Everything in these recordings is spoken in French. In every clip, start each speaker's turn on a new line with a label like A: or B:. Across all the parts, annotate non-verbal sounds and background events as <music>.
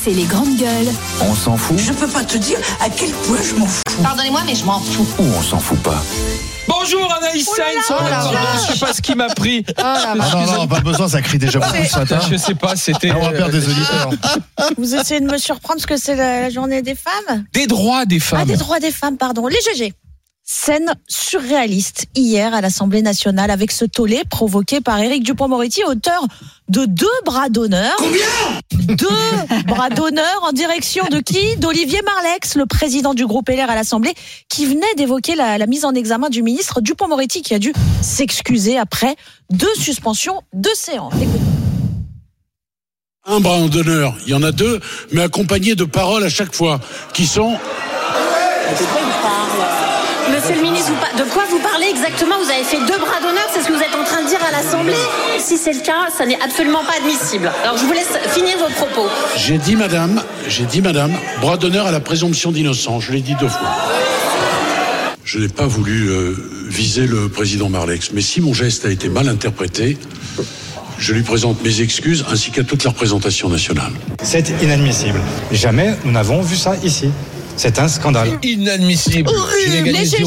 A: c'est les grandes gueules.
B: On s'en fout
C: Je peux pas te dire à quel point je m'en fous.
D: Pardonnez-moi, mais je m'en fous.
B: ou on s'en fout pas
E: Bonjour Anaïs Sainz.
F: là
E: Oh,
F: là
E: pardon,
F: là.
E: je sais pas ce qui m'a pris.
F: Ah,
G: Ah non, non, pas besoin, ça crie déjà beaucoup ce matin.
E: Je sais pas, c'était
G: Ah, on va
E: euh,
G: perdre des auditeurs.
F: vous essayez de me surprendre parce que c'est la, la journée des femmes.
E: des droits des femmes.
F: Ah, des droits des femmes, pardon. Les GG. Scène surréaliste hier à l'Assemblée nationale avec ce tollé provoqué par Éric Dupont-Moretti, auteur de deux bras d'honneur. Combien Deux bras d'honneur en direction de qui D'Olivier Marlex, le président du groupe LR à l'Assemblée, qui venait d'évoquer la, la mise en examen du ministre Dupont-Moretti qui a dû s'excuser après deux suspensions de séance. Écoutez.
H: un bras d'honneur, il y en a deux, mais accompagné de paroles à chaque fois, qui sont
I: euh, Monsieur le ministre, vous par- de quoi vous parlez exactement Vous avez fait deux bras d'honneur, c'est ce que vous êtes en train de dire à l'Assemblée. Si c'est le cas, ça n'est absolument pas admissible. Alors je vous laisse finir vos propos.
H: j'ai dit madame, j'ai dit madame, bras d'honneur à la présomption d'innocence, je l'ai dit deux fois. Je n'ai pas voulu euh, viser le président Marlex, mais si mon geste a été mal interprété, je lui présente mes excuses ainsi qu'à toute la représentation nationale.
J: C'est inadmissible. Jamais nous n'avons vu ça ici. C'est un scandale.
E: Inadmissible.
F: Horrible.
E: J'ai gagné
F: Les GG.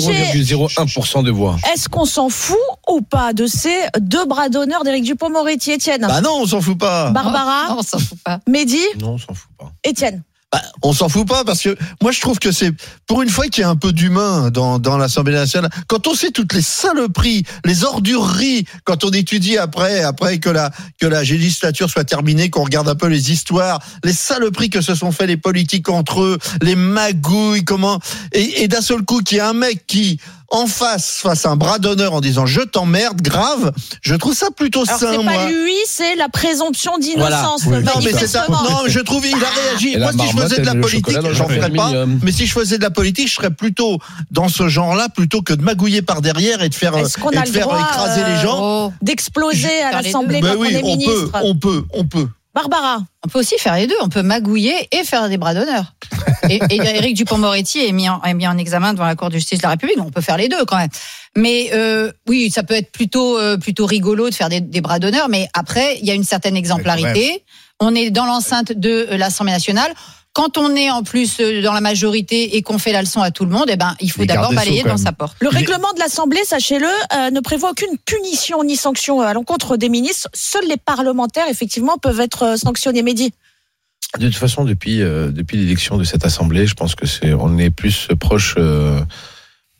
E: 0,01% de voix.
F: Est-ce qu'on s'en fout ou pas de ces deux bras d'honneur d'Éric Dupont-Moretti, Étienne
G: Bah non, on s'en fout pas.
F: Barbara,
D: Non, on s'en fout pas.
F: Mehdi,
G: Non, on s'en fout pas.
F: Étienne.
G: Bah, on s'en fout pas parce que moi je trouve que c'est pour une fois qu'il y a un peu d'humain dans, dans l'Assemblée nationale. Quand on sait toutes les saloperies, les ordureries, quand on étudie après après que la que la législature soit terminée, qu'on regarde un peu les histoires, les saloperies que se sont fait les politiques entre eux, les magouilles, comment et, et d'un seul coup qu'il y a un mec qui en face fasse un bras d'honneur en disant je t'emmerde grave, je trouve ça plutôt
F: Alors
G: sain
F: c'est
G: moi.
F: pas lui, c'est la présomption d'innocence.
E: Voilà. Oui.
G: Non, mais c'est un...
F: manifestement.
G: non, je trouve il a réagi.
E: Ah, Et
G: Moi,
E: la
G: si je faisais de la
E: marmotte, elle met le
G: politique,
E: chocolat dans
G: j'en
E: le
G: ferais pas.
E: aluminium.
G: Mais si je faisais de la politique, je serais plutôt dans ce genre-là, plutôt que de magouiller par derrière et de faire,
F: Est-ce qu'on
G: et
F: a
G: de
F: le
G: faire
F: droit,
G: écraser
F: euh,
G: les gens.
D: Oh,
F: D'exploser à
D: Dans les
F: l'Assemblée
G: Ben
F: quand
G: oui,
F: on est
G: on peut,
F: ministre.
G: on peut, on peut.
F: Barbara,
D: on peut aussi faire les deux. On peut magouiller et faire des bras d'honneur. <laughs> Et, et Éric Dupont-Moretti est mis, en, est mis en examen devant la Cour de justice de la République. Donc on peut faire les deux quand même. Mais euh, oui, ça peut être plutôt euh, plutôt rigolo de faire des, des bras d'honneur. Mais après, il y a une certaine exemplarité. On est dans l'enceinte de euh, l'Assemblée nationale. Quand on est en plus euh, dans la majorité et qu'on fait la leçon à tout le monde, eh ben il faut
G: Les
D: d'abord
G: gardes des Sceaux,
D: balayer
G: quand
D: dans
G: même.
D: sa porte.
F: le règlement de l'Assemblée, sachez-le, euh, ne prévoit aucune punition ni sanction euh, à l'encontre des ministres. Seuls les parlementaires, effectivement, peuvent être euh, sanctionnés. Mehdi,
K: De toute façon, depuis, euh, depuis l'élection de cette assemblée, je pense que c'est on est plus proche euh,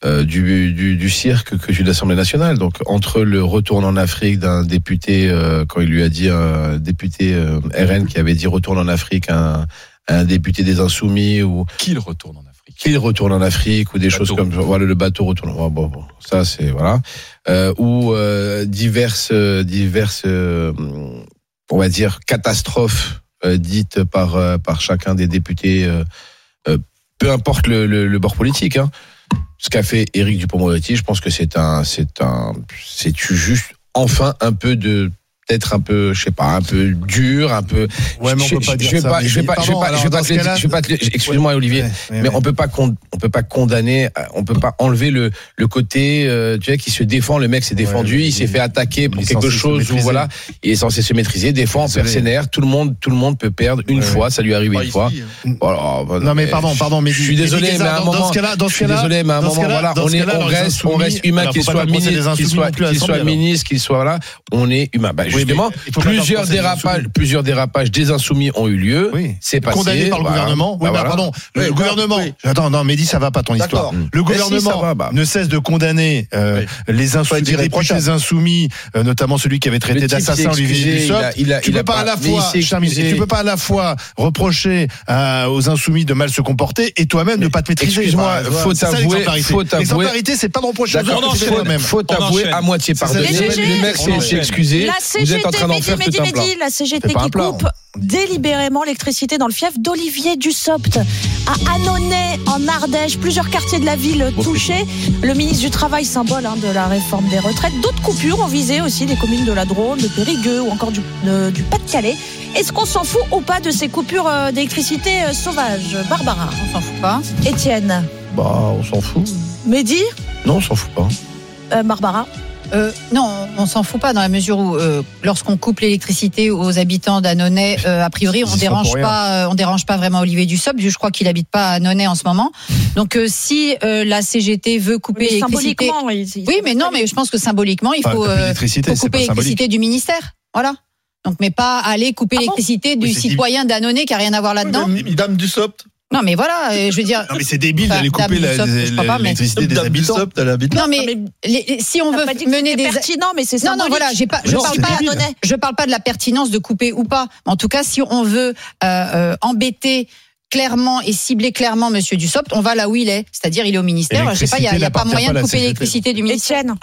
K: euh, du, du, du cirque que de l'Assemblée nationale. Donc entre le retourne en Afrique d'un député euh, quand il lui a dit un député euh, RN qui avait dit retourne en Afrique à un, à un député des Insoumis ou
E: Qu'il retourne en Afrique.
K: qu'il retourne en Afrique ou des
E: Bateau.
K: choses comme voilà le bateau retourne bon, bon, bon, ça c'est voilà euh, ou euh, diverses euh, diverses euh, on va dire catastrophes euh, dites par euh, par chacun des députés euh, euh, peu importe le, le, le bord politique hein. ce qu'a fait Éric Dupond-Moretti je pense que c'est un c'est un c'est juste enfin un peu de peut-être un peu je sais pas un peu dur un peu
G: Ouais, mais on
K: je,
G: peut
K: je-
G: pas
K: je
G: dire
K: vais
G: ça,
K: pas je vais
G: mais
K: pas je vais
G: pardon,
K: pas- je vais
G: alors,
K: pas
G: dans
K: te
G: ce
K: le-
G: cas-là-
K: je vais pas te le- excuse-moi Olivier mais on peut pas con- on peut pas condamner euh, on peut pas enlever le le côté euh, tu vois qui se défend le mec s'est défendu
G: ouais,
K: il
G: il-
K: s'est fait attaquer pour
G: il est
K: quelque
G: censé se
K: chose ou
G: maîtriser.
K: voilà il est censé se maîtriser des fois on perd
G: Désolé.
K: ses nerfs tout le monde tout le monde peut perdre une fois ça lui arrive une fois
E: euh.
K: Bon, alors, bah,
G: Non mais pardon, pardon, mais
K: je suis désolé, mais à un moment,
G: dans ce cas-là, dans
K: je
G: ce
K: suis
G: cas-là,
K: désolé, mais à un
G: dans ce
K: moment, voilà,
G: cas-là- dans ce
K: on est,
G: cas-là,
K: on
G: alors, les
K: reste, on
G: insoumis-
K: reste humain,
G: alors,
K: qu'il
G: faut pas
K: soit
G: compenser les
K: ministre, qu'il
G: insoumis
K: soit,
G: non plus à
K: qu'il soit
G: l'Assemblée, alors.
K: ministre, qu'il soit là, on est humain. Bah,
G: mais
K: justement,
G: il faut pas
K: plusieurs
G: compenser les
K: dérapages,
G: insoumis.
K: plusieurs dérapages des insoumis ont eu lieu.
G: Oui.
K: C'est passé.
G: condamné par le
K: voilà.
G: gouvernement. Oui,
K: Bah,
G: mais
K: voilà.
G: pardon, le
K: Oui, bah,
G: gouvernement.
K: oui.
G: Attends, non, Mehdi, ça va pas ton
K: D'accord.
G: histoire.
K: Mm.
G: Le
K: Mais si, ça
G: gouvernement
K: va, bah.
G: ne cesse de condamner euh, les
K: Faut
G: insoumis,
K: être
G: les députés
K: irréprochable.
G: insoumis, euh, notamment celui qui avait
K: Le
G: traité
K: type s'est
G: d'assassin Olivier
K: excusé,
G: Dussopt.
K: il a- il a-
G: Tu
K: il
G: peux
K: a
G: pas à la
K: mais il
G: fois,
K: s'est
G: je termine,
K: excusé.
G: tu peux pas à la fois reprocher à- aux insoumis de mal se comporter et toi-même ne pas te maîtriser.
K: excuse-moi,
G: Enfin,
K: faut
G: c'est ça,
K: avouer-
G: l'exemplarité.
K: faut avouer-
G: L'exemplarité, c'est pas de reprocher aux
K: D'accord,
G: autres, c'est
E: enchaîne.
G: toi-même.
K: faut
E: On
K: avouer
E: enchaîne.
K: à moitié pardonné.
F: ça, c'est
K: Le
E: GG.
K: mec s'est- s'est excusé.
F: la
K: Vous
F: CGT,
K: êtes en train d'en
F: Mehdi,
K: faire tout
F: Mehdi,
K: un plat.
F: Mehdi, la CGT
K: C'est pas un
F: qui
K: plan.
F: coupe délibérément l'électricité dans le fief d'Olivier Dussopt à Annonay en Ardèche, plusieurs quartiers de la ville
K: Bon,
F: touchés. Le ministre du Travail, symbole hein, de la réforme des retraites. D'autres coupures ont visé aussi les communes de la Drôme, de Périgueux ou encore du, de- du Pas-de-Calais. Est-ce qu'on s'en fout ou pas de ces coupures euh, d'électricité euh, sauvages Barbara,
D: On s'en fout pas.
F: Étienne,
K: Bah, on s'en fout.
F: Mehdi,
K: Non, on s'en fout pas.
F: euh, Barbara.
D: Euh, non, on s'en fout pas dans la mesure où, euh, lorsqu'on coupe l'électricité aux habitants d'Annonay, euh, a priori,
K: Ils y
D: on
K: sont
D: dérange
K: pour rien.
D: pas, euh, on dérange pas vraiment Olivier Dussopt. Je crois qu'il habite pas à Annonay en ce moment. Donc, euh, si euh, la CGT veut couper
F: Mais
D: l'électricité,
F: symboliquement, oui. c'est-
D: oui, mais non, mais je pense que symboliquement, il
K: Enfin,
D: faut,
K: couper
D: euh,
K: l'électricité,
D: faut
K: c'est
D: couper
K: pas symbolique.
D: l'électricité du ministère. Voilà. Donc, mais pas aller couper
F: Ah bon
D: l'électricité
K: Mais
D: du
K: c'est dit-
D: citoyen d'Annonay qui a rien à voir là-dedans.
G: Dame du Sopt.
D: Non, mais voilà, euh, je veux dire.
K: Non, mais c'est débile
D: Enfin,
K: d'aller couper
D: Dame
K: la-
D: Dussopt, je crois pas, mais-
K: l'électricité des
G: Dame du
K: habitants.
G: Sopt, elle habite là.
D: Non, mais, les- si on
F: T'as
D: veut
F: pas dit que
D: mener
F: c'était
D: des
F: pertinent, mais c'est
D: Non, non,
F: symbolique.
D: voilà, j'ai pas,
K: Mais
D: je
K: non,
D: parle
K: c'est
D: pas,
K: débile.
D: je parle pas de la pertinence de couper ou pas. En tout cas, si on veut euh, euh, embêter clairement et cibler clairement Monsieur Dussopt, on va là où il est, c'est-à-dire il est au ministère. Je sais pas, il y a, il y a pas
K: L'électricité
D: moyen de
K: n'appartient pas à
D: couper
K: la
D: l'électricité du ministère.
F: Étienne,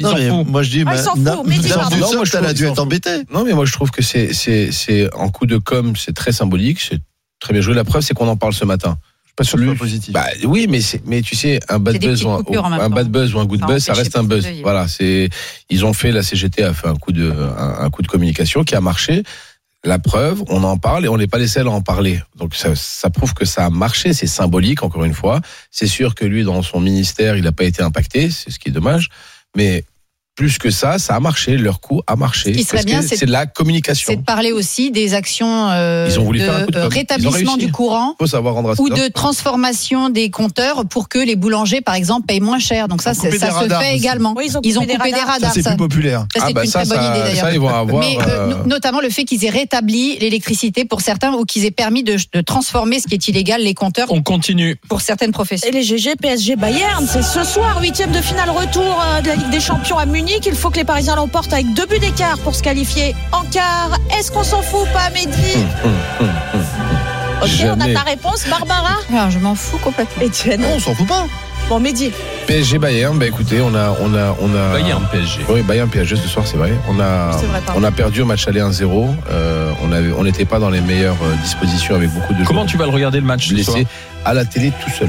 G: Non, mais moi je dis,
F: Ah, il s'en fout,
G: Dame
F: mais dis-moi.
G: Dame du
K: Non, moi,
G: Sopt,
K: je
G: elle a
K: trouve
G: dû
K: qu'il
G: être
K: s'en
G: embêtée.
K: Non, mais moi je trouve que c'est c'est c'est en coup de com, c'est très symbolique, c'est très bien joué. La preuve, c'est qu'on en parle ce matin.
E: Pas sur le
K: Lui-
E: positif.
K: Bah oui, mais c'est mais tu sais un
D: C'est
K: bad
D: des
K: buzz
D: petites
K: ou un,
D: coupures hein, en même
K: un
D: temps.
K: bad buzz ou un good
D: Ça
K: buzz,
D: empêche
K: ça
D: les
K: reste un buzz.
D: personnes de vivre.
K: Voilà, c'est ils ont fait la CGT a fait un coup de un, un coup de communication qui a marché. La preuve, on en parle et on n'est pas les seuls à en parler. Donc ça, ça prouve que ça a marché, c'est symbolique encore une fois. C'est sûr que lui dans son ministère, il n'a pas été impacté, c'est ce qui est dommage, mais plus que ça, ça a marché, leur coup a marché.
D: Ce qui serait
K: Parce que
D: bien, c'est-
K: c'est de la communication.
D: C'est de parler aussi des actions euh,
K: Ils ont voulu
D: de
K: faire un coup de
D: euh,
K: com'. Ils ont
D: rétablissement
K: réussi. Ah,
D: du courant
K: faut savoir rendre à
D: ou
K: ça.
D: de transformation des compteurs pour que les boulangers, par exemple, payent moins cher. Donc ça,
E: Ils ont
D: ça,
E: coupé
D: ça
E: des
D: se
E: radars
D: fait
E: aussi.
D: également.
F: Oui, ils ont
D: Ils ont
F: coupé des
D: coupé des
F: radars.
E: Ça,
D: radars.
E: c'est
D: ça.
E: plus populaire.
D: Ça, c'est
K: ah bah
D: une
K: ça,
D: très bonne
K: ça,
D: idée d'ailleurs.
K: ça, ils vont avoir.
D: Mais euh,
K: euh,
D: no- notamment le fait qu'ils aient rétabli l'électricité pour certains ou qu'ils aient permis de, de transformer ce qui est illégal, les compteurs,
E: On continue.
D: pour certaines professions.
F: Et les GG, PSG, Bayern, c'est ce soir, huitième de finale retour euh, de la Ligue des Champions à Munich. Il faut que les Parisiens l'emportent avec deux buts d'écart pour se qualifier en quart. Est-ce qu'on s'en fout ou pas, Mehdi Ok, on a
K: Jamais.
F: ta réponse, Barbara
D: Alors, Ah, je m'en fous complètement.
F: <laughs> Étienne.
G: Non, on s'en fout pas.
F: Bon, Mehdi,
K: PSG Bayern, bah écoutez, on a, on a, on a.
E: PSG.
K: Oui, Bayern PSG ce soir, c'est vrai. On a,
F: c'est vrai, pardon.
K: Ah, on a perdu au match aller 1-0. Euh, on avait, on n'était pas dans les meilleures euh, dispositions avec beaucoup de
A: Comment
K: joueurs
A: tu vas le regarder le match ce soir
K: blessés à la télé tout seul,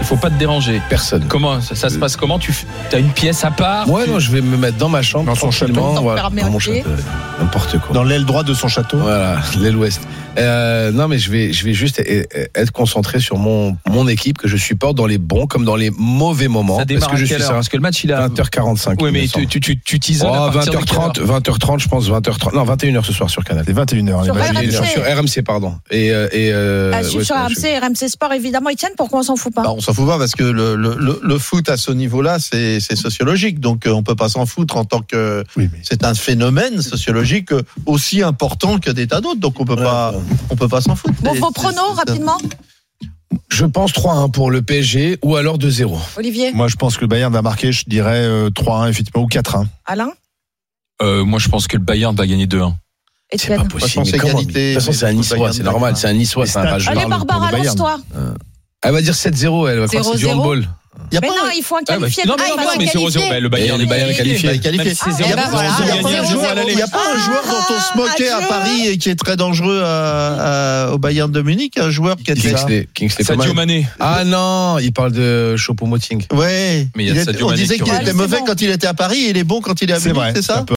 A: Il faut pas te déranger.
K: personne.
A: Comment ça, ça se passe Comment tu f- as une pièce à part
K: Moi, non, je vais me mettre dans ma chambre,
E: Dans son
K: tranquillement,
F: château.
K: voilà,
F: Fermé
K: dans
F: au
K: mon
F: pied.
K: château, n'importe quoi.
E: Dans l'aile droite de son château.
K: Voilà, <laughs> l'aile ouest. Euh, non, mais je vais, je vais juste eh, eh, être concentré sur mon, mon équipe que je supporte dans les bons comme dans les mauvais moments.
A: Ça démarre
K: parce que
A: à
K: je
A: quelle
K: suis
A: heure
K: ça.
A: Parce que le match, il a.
K: 20h45.
A: Oui,
K: il me
A: mais
K: semble.
A: tu, tu, tu, tu t'isoles.
K: Oh,
A: à partir de quelle
K: 20h30,
A: heure
K: 20h30, je pense, 20h30. Non, 21h ce soir sur Canal.
E: C'est 21h.
F: Sur
E: les
F: RMC.
E: matchs.
K: Sur, sur RMC, pardon. Et, euh, et, euh,
F: à suivre
K: ouais,
F: Ah, sur
K: je- je-
F: RMC, RMC Sport, évidemment. Étienne, pourquoi on s'en fout pas
G: Bah, on s'en fout pas parce que le, le, le, le foot à ce niveau-là, c'est c'est sociologique. Donc euh, on peut pas s'en foutre en tant que
E: Oui, mais-
G: c'est un phénomène sociologique euh, aussi important que des tas d'autres. Donc on peut pas on peut pas s'en foutre.
F: Bon,
G: C'est-
F: vos
G: c'est-
F: pronos,
G: c'est-
F: rapidement,
K: Je pense 3-1 pour le PSG ou alors 2-0.
F: Olivier,
E: Moi, je pense que le Bayern va marquer, je dirais euh, 3-1, effectivement, ou 4-1.
F: Alain,
A: Euh, Moi, je pense que le Bayern va gagner 2-1.
K: C'est pas
F: Étienne.
K: possible.
G: Moi, je pense
K: mais comment,
G: égalité,
K: mais- de toute façon,
G: mais
K: c'est un
G: le
K: Niçois,
G: Bayern
K: c'est
G: gagne.
K: normal. C'est un Niçois, c'est un
E: Les
K: rageux.
E: stats.
F: Allez,
E: parle pour
F: Barbara,
E: le Bayern.
F: lance-toi.
K: Elle va dire 7-0, elle va croire que c'est du
D: 0-0.
K: handball.
G: Y a
F: Mais
G: pas
F: non, il faut un
A: Ah, bah,
F: qualifié.
A: non, mais
F: Ah,
D: il
A: non,
D: faut
A: non,
D: un
A: mais 0-0.
D: qualifié.
A: bah, le Bayern,
K: Et
A: le Bayern est qualifié.
G: il est qualifié.
A: Même si c'est
G: Ah,
D: ben
A: 0-0,
D: voilà, il y a
A: ils ont gagné
D: pas
A: un
D: de
A: jour à
D: zéro,
A: l'aller.
G: Il n'y a pas un joueur dont on se moquait à Paris et qui est très dangereux à- à- au Bayern de Munich, un joueur qui était.
K: Kingsley, Kingsley
A: Sadio
K: Coman.
A: Mané.
K: Ah non, il parle de Choupo-Moting.
G: Ouais.
A: Mais il y a
G: Il est-
A: Sadio
G: on
A: Mané
G: disait
A: qui
G: qu'il
A: aurait-
G: était
F: Ouais, mais
G: mauvais
F: c'est bon.
G: quand il était à Paris, il est bon quand il est à Munich, c'est ça
E: ça peut